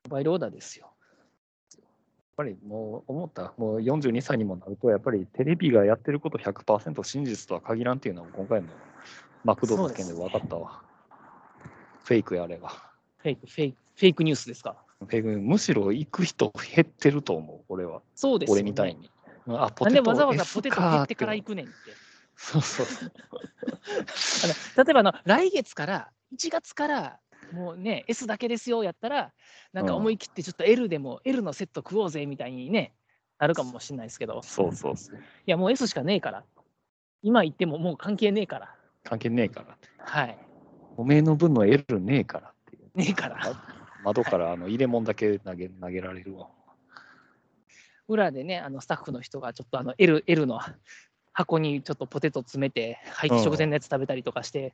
[SPEAKER 3] モバイルオーダーですよ。
[SPEAKER 2] やっぱりもう思った、もう42歳にもなると、やっぱりテレビがやってること100%真実とは限らんっていうのは、今回のマクドの件で分かったわ。フェイクやあれば。
[SPEAKER 3] フェイク、フェイク、フェイクニュースですか。
[SPEAKER 2] フェイクむしろ行く人減ってると思う、俺は。
[SPEAKER 3] そうですよね
[SPEAKER 2] 俺みたいに。あ、ポ
[SPEAKER 3] なん
[SPEAKER 2] テ
[SPEAKER 3] で
[SPEAKER 2] ト
[SPEAKER 3] わざわざポテト切ってから行
[SPEAKER 2] 行く。
[SPEAKER 3] くねんって。
[SPEAKER 2] そうそうそう。
[SPEAKER 3] あの例えばあの来月から、1月から、もうね、S だけですよやったら、なんか
[SPEAKER 2] うん
[SPEAKER 3] 思い切ってちょっと L でも L のセット食おうぜみたいにね、なるかもしれないですけど、
[SPEAKER 2] そうそうそう。
[SPEAKER 3] いやもう S しかねえから、今行ってももう関係ねえから、
[SPEAKER 2] 関係ねえから。
[SPEAKER 3] はい、
[SPEAKER 2] おめえの分の L ねえからっていう。
[SPEAKER 3] ねえから、
[SPEAKER 2] 窓からあの入れ物だけ投げ投げられるわ。
[SPEAKER 3] 裏でね、あのスタッフの人がちょっとあの L, L の箱にちょっとポテト詰めて、廃棄直前のやつ食べたりとかして、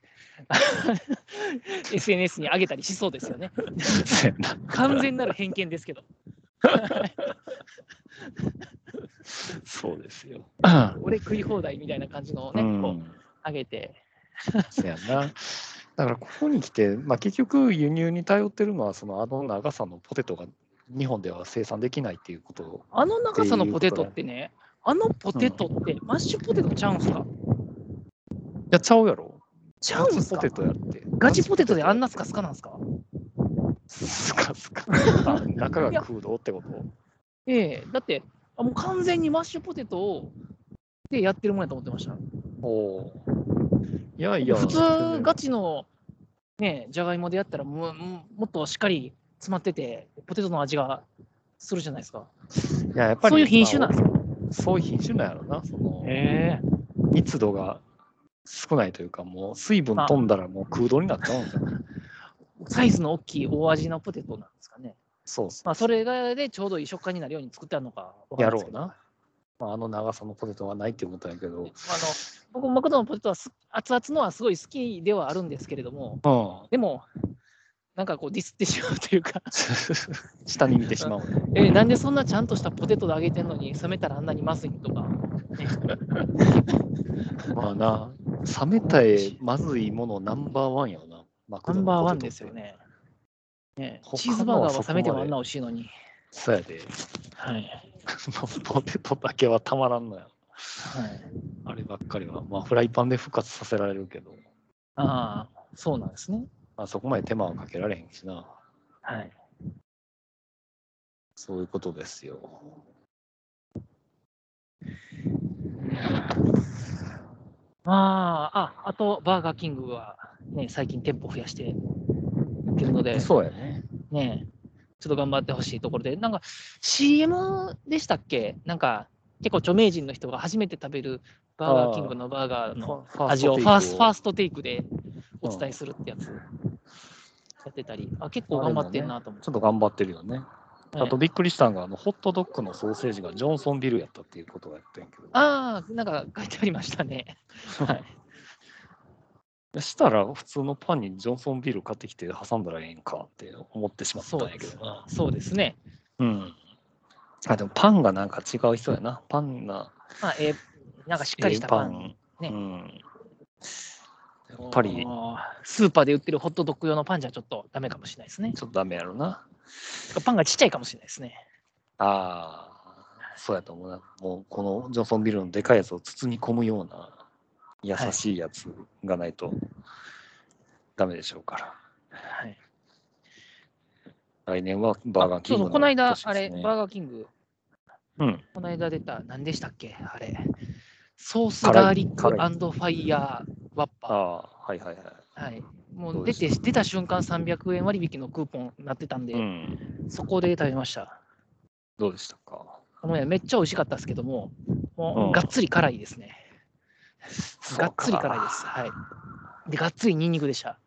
[SPEAKER 3] SNS に上げたりしそうですよね。
[SPEAKER 2] そうやな
[SPEAKER 3] 完全なる偏見ですけど、
[SPEAKER 2] そうですよ。
[SPEAKER 3] 俺食い放題みたいな感じのを
[SPEAKER 2] う、
[SPEAKER 3] ね、こうん上げて、
[SPEAKER 2] そうやな。 だからここに来て、まあ、結局輸入に頼ってるのはそのあの長さのポテトが日本では生産できないっていうことを
[SPEAKER 3] あの長さのポテトってね、あのポテトってマッシュポテトちゃうんすか
[SPEAKER 2] いやちゃうやろ
[SPEAKER 3] ちゃうん
[SPEAKER 2] ガ
[SPEAKER 3] す
[SPEAKER 2] チポ
[SPEAKER 3] か
[SPEAKER 2] テトやって
[SPEAKER 3] ガチポテトであんなスカスカなんすか
[SPEAKER 2] スカスカあ 中が空洞ってこと
[SPEAKER 3] ええだってあ、もう完全にマッシュポテトをでやってるもんやと思ってました。
[SPEAKER 2] おおーいやいや
[SPEAKER 3] 普通、ガチの、ね、じゃがいもでやったらもう、もうもっとしっかり詰まってて、ポテトの味がするじゃないですか。
[SPEAKER 2] いややっぱり
[SPEAKER 3] そういう品種なんです
[SPEAKER 2] かそういう品種なんやろなその、
[SPEAKER 3] ええ
[SPEAKER 2] 密度が少ないというかもう水分飛んだらもう空洞になっちゃうんじゃない
[SPEAKER 3] サイズの大きい大味のポテトなんですかね。
[SPEAKER 2] そうそう、
[SPEAKER 3] まあ、それがでちょうどいい食感になるように作ってあるのかわかん
[SPEAKER 2] や
[SPEAKER 3] ないで
[SPEAKER 2] ろ
[SPEAKER 3] す
[SPEAKER 2] う
[SPEAKER 3] けど
[SPEAKER 2] な、まあ、あの長さのポテトはないって思ったんやけ
[SPEAKER 3] あ
[SPEAKER 2] ど
[SPEAKER 3] の僕もマクドのポテトはす熱々のはすごい好きではあるんですけれども、
[SPEAKER 2] うん
[SPEAKER 3] でも、なんかこうディスってしまうというか、
[SPEAKER 2] 下に見てしまうね。
[SPEAKER 3] えなんでそんなちゃんとしたポテトで揚げてんのに、冷めたらあんなにまずいとか、
[SPEAKER 2] まあな、冷めたえまずいものナンバーワンやろな。マク
[SPEAKER 3] ナ
[SPEAKER 2] ド
[SPEAKER 3] ンバー
[SPEAKER 2] の
[SPEAKER 3] ワ
[SPEAKER 2] ポ
[SPEAKER 3] ン
[SPEAKER 2] テトって
[SPEAKER 3] ですよ。ね。ね
[SPEAKER 2] 他のは
[SPEAKER 3] チーズバーガーは冷めて
[SPEAKER 2] そこま
[SPEAKER 3] も
[SPEAKER 2] で
[SPEAKER 3] あんな美味しいのに。
[SPEAKER 2] そうやで。
[SPEAKER 3] はい。
[SPEAKER 2] ポテトだけはたまらんのや。
[SPEAKER 3] はい、
[SPEAKER 2] あればっかりは。まあフライパンで復活させられるけど、
[SPEAKER 3] ああ、そうなんですね。
[SPEAKER 2] まあ、そこまで手間はかけられへんしな。
[SPEAKER 3] はい。
[SPEAKER 2] そういうことですよ。
[SPEAKER 3] まあ、あ、あと、バーガーキングは、ね、最近店舗増やしてやってるので、
[SPEAKER 2] そうやね。
[SPEAKER 3] ね、ちょっと頑張ってほしいところで、なんか CM でしたっけなんか、結構著名人の人が初めて食べるバーガーキングのバーガーの
[SPEAKER 2] ファ
[SPEAKER 3] 味をファースファーストテイクでお
[SPEAKER 2] うん
[SPEAKER 3] 伝えするってやつやってたり、あ結構頑張ってるなと思っ
[SPEAKER 2] ち
[SPEAKER 3] て、
[SPEAKER 2] ょっと頑張ってるよね。あと
[SPEAKER 3] ね
[SPEAKER 2] びっくりしたのが、あのホットドッグのソーセージがジョンソンビルやったっていうことがやってんけど。
[SPEAKER 3] ああ、なんか書いてありましたね。はい、
[SPEAKER 2] したら普通のパンにジョンソンビール買ってきて挟んだらええんかって思ってしまったんやけどな。
[SPEAKER 3] そうですね。
[SPEAKER 2] うん。あ、でもパンがなんか違う人やな。パンが。
[SPEAKER 3] まあ、えーなんかしっかりしたパン。
[SPEAKER 2] え
[SPEAKER 3] ね
[SPEAKER 2] えパンうん。やっぱり
[SPEAKER 3] あースーパーで売ってるホットドッグ用のパンじゃちょっとダメかもしれないですね。
[SPEAKER 2] ちょっとダメやろな。
[SPEAKER 3] パンがちっちゃいかもしれないですね。
[SPEAKER 2] ああ、そうやと思うな。もうこのジョンソンビールのでかいやつを包み込むような優しいやつがないとダメでしょうから。
[SPEAKER 3] はい、
[SPEAKER 2] 来年はバーガーキン
[SPEAKER 3] そ
[SPEAKER 2] グ
[SPEAKER 3] う
[SPEAKER 2] の
[SPEAKER 3] そう、この間、あ
[SPEAKER 2] 年で
[SPEAKER 3] れ、
[SPEAKER 2] すね
[SPEAKER 3] バーガーキング、
[SPEAKER 2] うん。
[SPEAKER 3] この間出た、何でしたっけあれ。ソース
[SPEAKER 2] 辛い
[SPEAKER 3] ガーリック
[SPEAKER 2] 辛い
[SPEAKER 3] ファイヤーワッ
[SPEAKER 2] あ
[SPEAKER 3] パ
[SPEAKER 2] あ、はいはいはい。
[SPEAKER 3] ー。はい、も
[SPEAKER 2] ど
[SPEAKER 3] う
[SPEAKER 2] う
[SPEAKER 3] 出
[SPEAKER 2] でした
[SPEAKER 3] て、出た瞬間300円割引のクーポンになってたんで、
[SPEAKER 2] うん。
[SPEAKER 3] そこで食べました。
[SPEAKER 2] どうでしたか
[SPEAKER 3] もうねめっちゃ美味しかったですけども、
[SPEAKER 2] う
[SPEAKER 3] も
[SPEAKER 2] ん
[SPEAKER 3] うがっつり辛いですね。がっつり辛いです。はい。で、がっつりニンニクでした。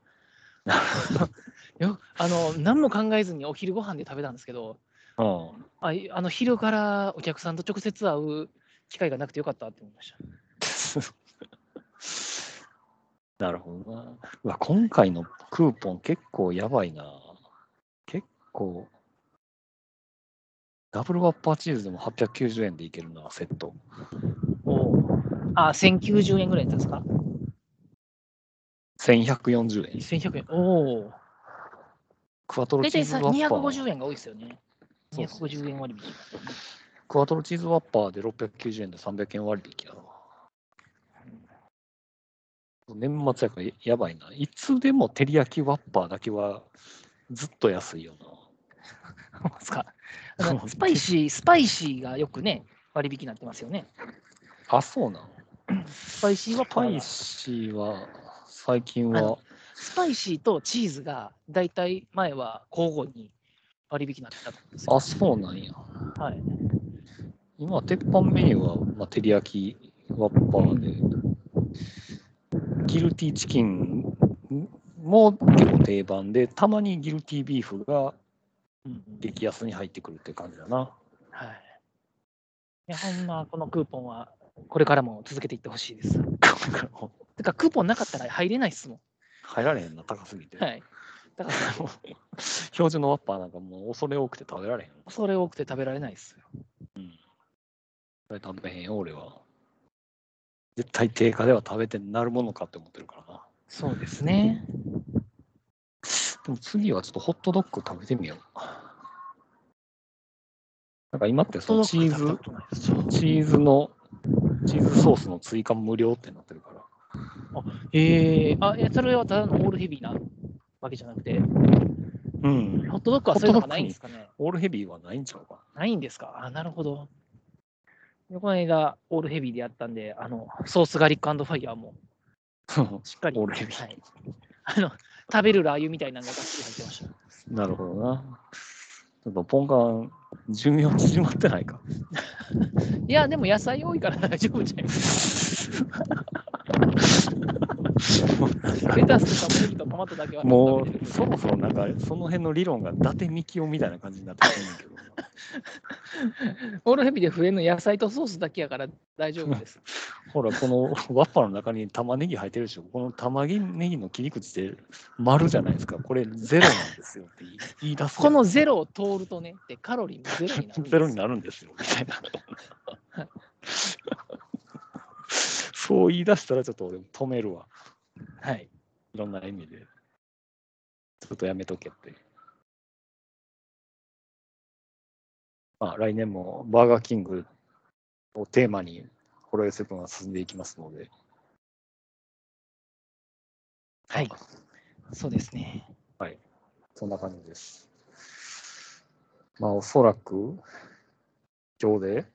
[SPEAKER 3] よあの何も考えずにお昼ご飯で食べたんですけど、
[SPEAKER 2] うん。
[SPEAKER 3] あいあの昼からお客さんと直接会う機会がなくてよかったって思いました。
[SPEAKER 2] なるほどな。うわ、今回のクーポン結構やばいな。結構。ダブルワッパーチーズでも890円でいけるな、セット。
[SPEAKER 3] おあ、1090円ぐらいだったんですか
[SPEAKER 2] 1140円。
[SPEAKER 3] ?1100 円。おお。
[SPEAKER 2] クワトロ
[SPEAKER 3] 大
[SPEAKER 2] チー
[SPEAKER 3] 体
[SPEAKER 2] ズ
[SPEAKER 3] さ
[SPEAKER 2] ワッパー。
[SPEAKER 3] 250円が多いですよね。
[SPEAKER 2] そうそう
[SPEAKER 3] 250円割引。
[SPEAKER 2] クワトロチーズワッパーで690円で300円割引やな。年末やからやばいな。いつでも照り焼きワッパーだけはずっと安いよな。
[SPEAKER 3] ほんまです かあのスパイシー、スパイシーがよくね、割引になってますよね。
[SPEAKER 2] あ、そうなの
[SPEAKER 3] スパイシーは
[SPEAKER 2] スパ
[SPEAKER 3] パイ
[SPEAKER 2] イシーは最近
[SPEAKER 3] あ
[SPEAKER 2] は
[SPEAKER 3] のスパイシーとチーズが大体前は交互に割引になってたんですよ。
[SPEAKER 2] あそうなんや
[SPEAKER 3] はい、
[SPEAKER 2] 今鉄板メニューは、まあ、照り焼きワッパーで、ギルティチキンも結構定番でたまにギルティビーフが
[SPEAKER 3] うんうん
[SPEAKER 2] 激安に入ってくるって感じだな
[SPEAKER 3] はい、いやほんまこのクーポンはこれからも続けていってほしいです。てか、クーポンなかったら入れないっすも
[SPEAKER 2] 入られへんな、高すぎて。
[SPEAKER 3] ん。はい。だから、
[SPEAKER 2] 標準のワッパーなんかもう恐れ多くて食べられへん。
[SPEAKER 3] それ多くて食べられないっすよ。
[SPEAKER 2] それ食べへんよ、俺は。絶対定価では食べてなるものかって思ってるからな。
[SPEAKER 3] そうですね。
[SPEAKER 2] でも次はちょっとホットドッグ食べてみよう。なんか今ってそのチーズ、そうチーズの、チーズソースの追加無料ってなってるから。
[SPEAKER 3] ええあ、いやそれはただのオールヘビーなわけじゃなくて、
[SPEAKER 2] うん。
[SPEAKER 3] ホットドッグはそういうのがないんですかね。
[SPEAKER 2] オールヘビーはないんちゃうか。
[SPEAKER 3] ないんですかあ、なるほど。でこの間、オールヘビーでやったんで、あの、ソースガリックファイヤーもしっかり。
[SPEAKER 2] オールヘビー
[SPEAKER 3] はい。あの、食べるラー油みたいなのがガッツリ入ってました。
[SPEAKER 2] なるほどな。ちょっとポンカン、寿命縮まってないか。
[SPEAKER 3] いや、でも野菜多いから大丈夫じゃないレタスとかネギとトマトだけは
[SPEAKER 2] も
[SPEAKER 3] 食べて
[SPEAKER 2] う、
[SPEAKER 3] る
[SPEAKER 2] そもそもなんか、その辺の理論が伊達みきおみたいな感じになってるんだけど。
[SPEAKER 3] オールヘビーで増えるの野菜とソースだけやから大丈夫 です。
[SPEAKER 2] ほら、このワッパの中に玉ねぎ入ってるでしょ。この玉ねぎの切り口って丸じゃないですか。これゼロなんですよって言い言い出す。
[SPEAKER 3] このゼロを通るとね、でカロリーもゼロになるんです。
[SPEAKER 2] ゼロになるんですよ、みたいな。そう言い出したらちょっと俺止めるわ。
[SPEAKER 3] はい。
[SPEAKER 2] いろんな意味で。ちょっとやめとけって。まあ、来年もバーガーキングをテーマに、ホロエセブンは進んでいきますので。
[SPEAKER 3] はい。そうですね。
[SPEAKER 2] そんな感じです。まあ、おそらく、今日で、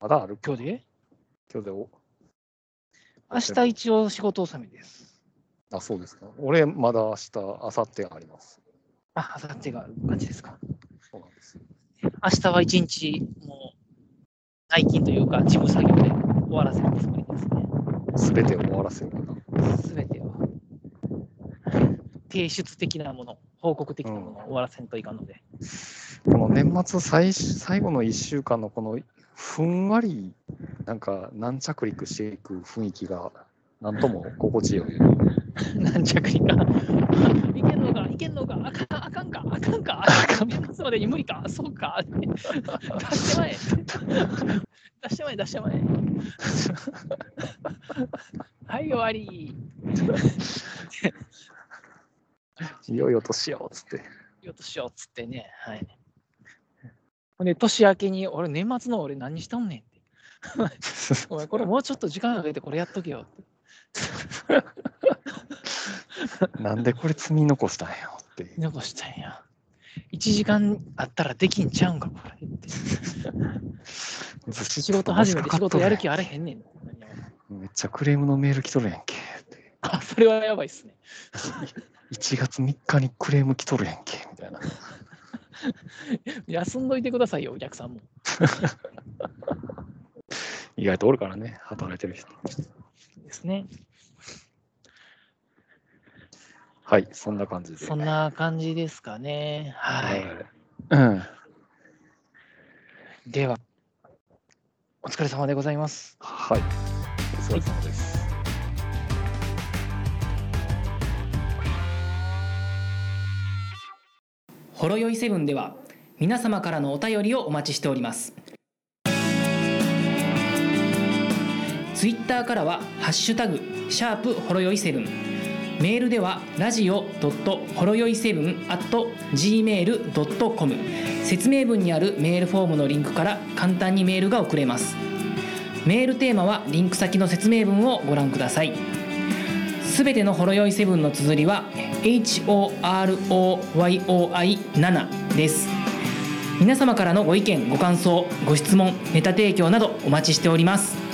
[SPEAKER 2] まだある
[SPEAKER 3] 今日で
[SPEAKER 2] 今日でお、
[SPEAKER 3] 明日一応仕事納めです。
[SPEAKER 2] あ、そうですか。俺、まだ明日、明後日があります。
[SPEAKER 3] あ、明後日がある感じですか。
[SPEAKER 2] そうなんです。
[SPEAKER 3] 明日は一日、もう、内勤というか、事務作業で終わらせるつもりですね。
[SPEAKER 2] すべてを終わらせるかな。
[SPEAKER 3] すべてを。提出的なもの、報告的なものを終わらせんといかんので。
[SPEAKER 2] この年末最終最後の1週間のこのふんわりなんか軟着陸していく雰囲気がなんとも心地 よい。
[SPEAKER 3] 軟着陸か。いけんのか、いけんのか、あかん、あかんか、あかんか、あかんか、年末までに無理か、そうか。出してまえ。出してまえ、出してまえ。はい、終わり。
[SPEAKER 2] いよいよ年ようっつって。
[SPEAKER 3] よとしようっつってね。はい。ほんで、年明けに、俺、年末の俺何しとんねんって。お前、これもうちょっと時間かけてこれやっとけよって。
[SPEAKER 2] なんでこれ積み残したんやろっていう。
[SPEAKER 3] 残したんや。1時間あったらできんちゃうんか、これって。
[SPEAKER 2] ずっと
[SPEAKER 3] 仕事始めて仕事やる気
[SPEAKER 2] あ
[SPEAKER 3] あれへんねん。
[SPEAKER 2] めっちゃクレームのメール来とるやんけって。
[SPEAKER 3] あ、それはやばいっすね。
[SPEAKER 2] 1月3日にクレーム来とるやんけみたいな。
[SPEAKER 3] 休んどいてくださいよ、お客さんも。
[SPEAKER 2] 意外とおるからね、働いてる人。
[SPEAKER 3] ですね。
[SPEAKER 2] はい、そんな感じで。
[SPEAKER 3] そんな感じですかね。は
[SPEAKER 2] はいい。。うん。
[SPEAKER 3] では、お疲れ様でございます。
[SPEAKER 2] はい。お疲れ様です。
[SPEAKER 4] ほろよいセブンでは皆様からのお便りをお待ちしておりますツイッターからは「ハッシュタグシャープほろよいセブン」メールではラジオドットほろよいセブン at gmail.com 説明文にあるメールフォームのリンクから簡単にメールが送れますメールテーマはリンク先の説明文をご覧くださいすべてのほろ酔いセブンの綴りは HOROYOI7 です皆様からのご意見ご感想ご質問ネタ提供などお待ちしております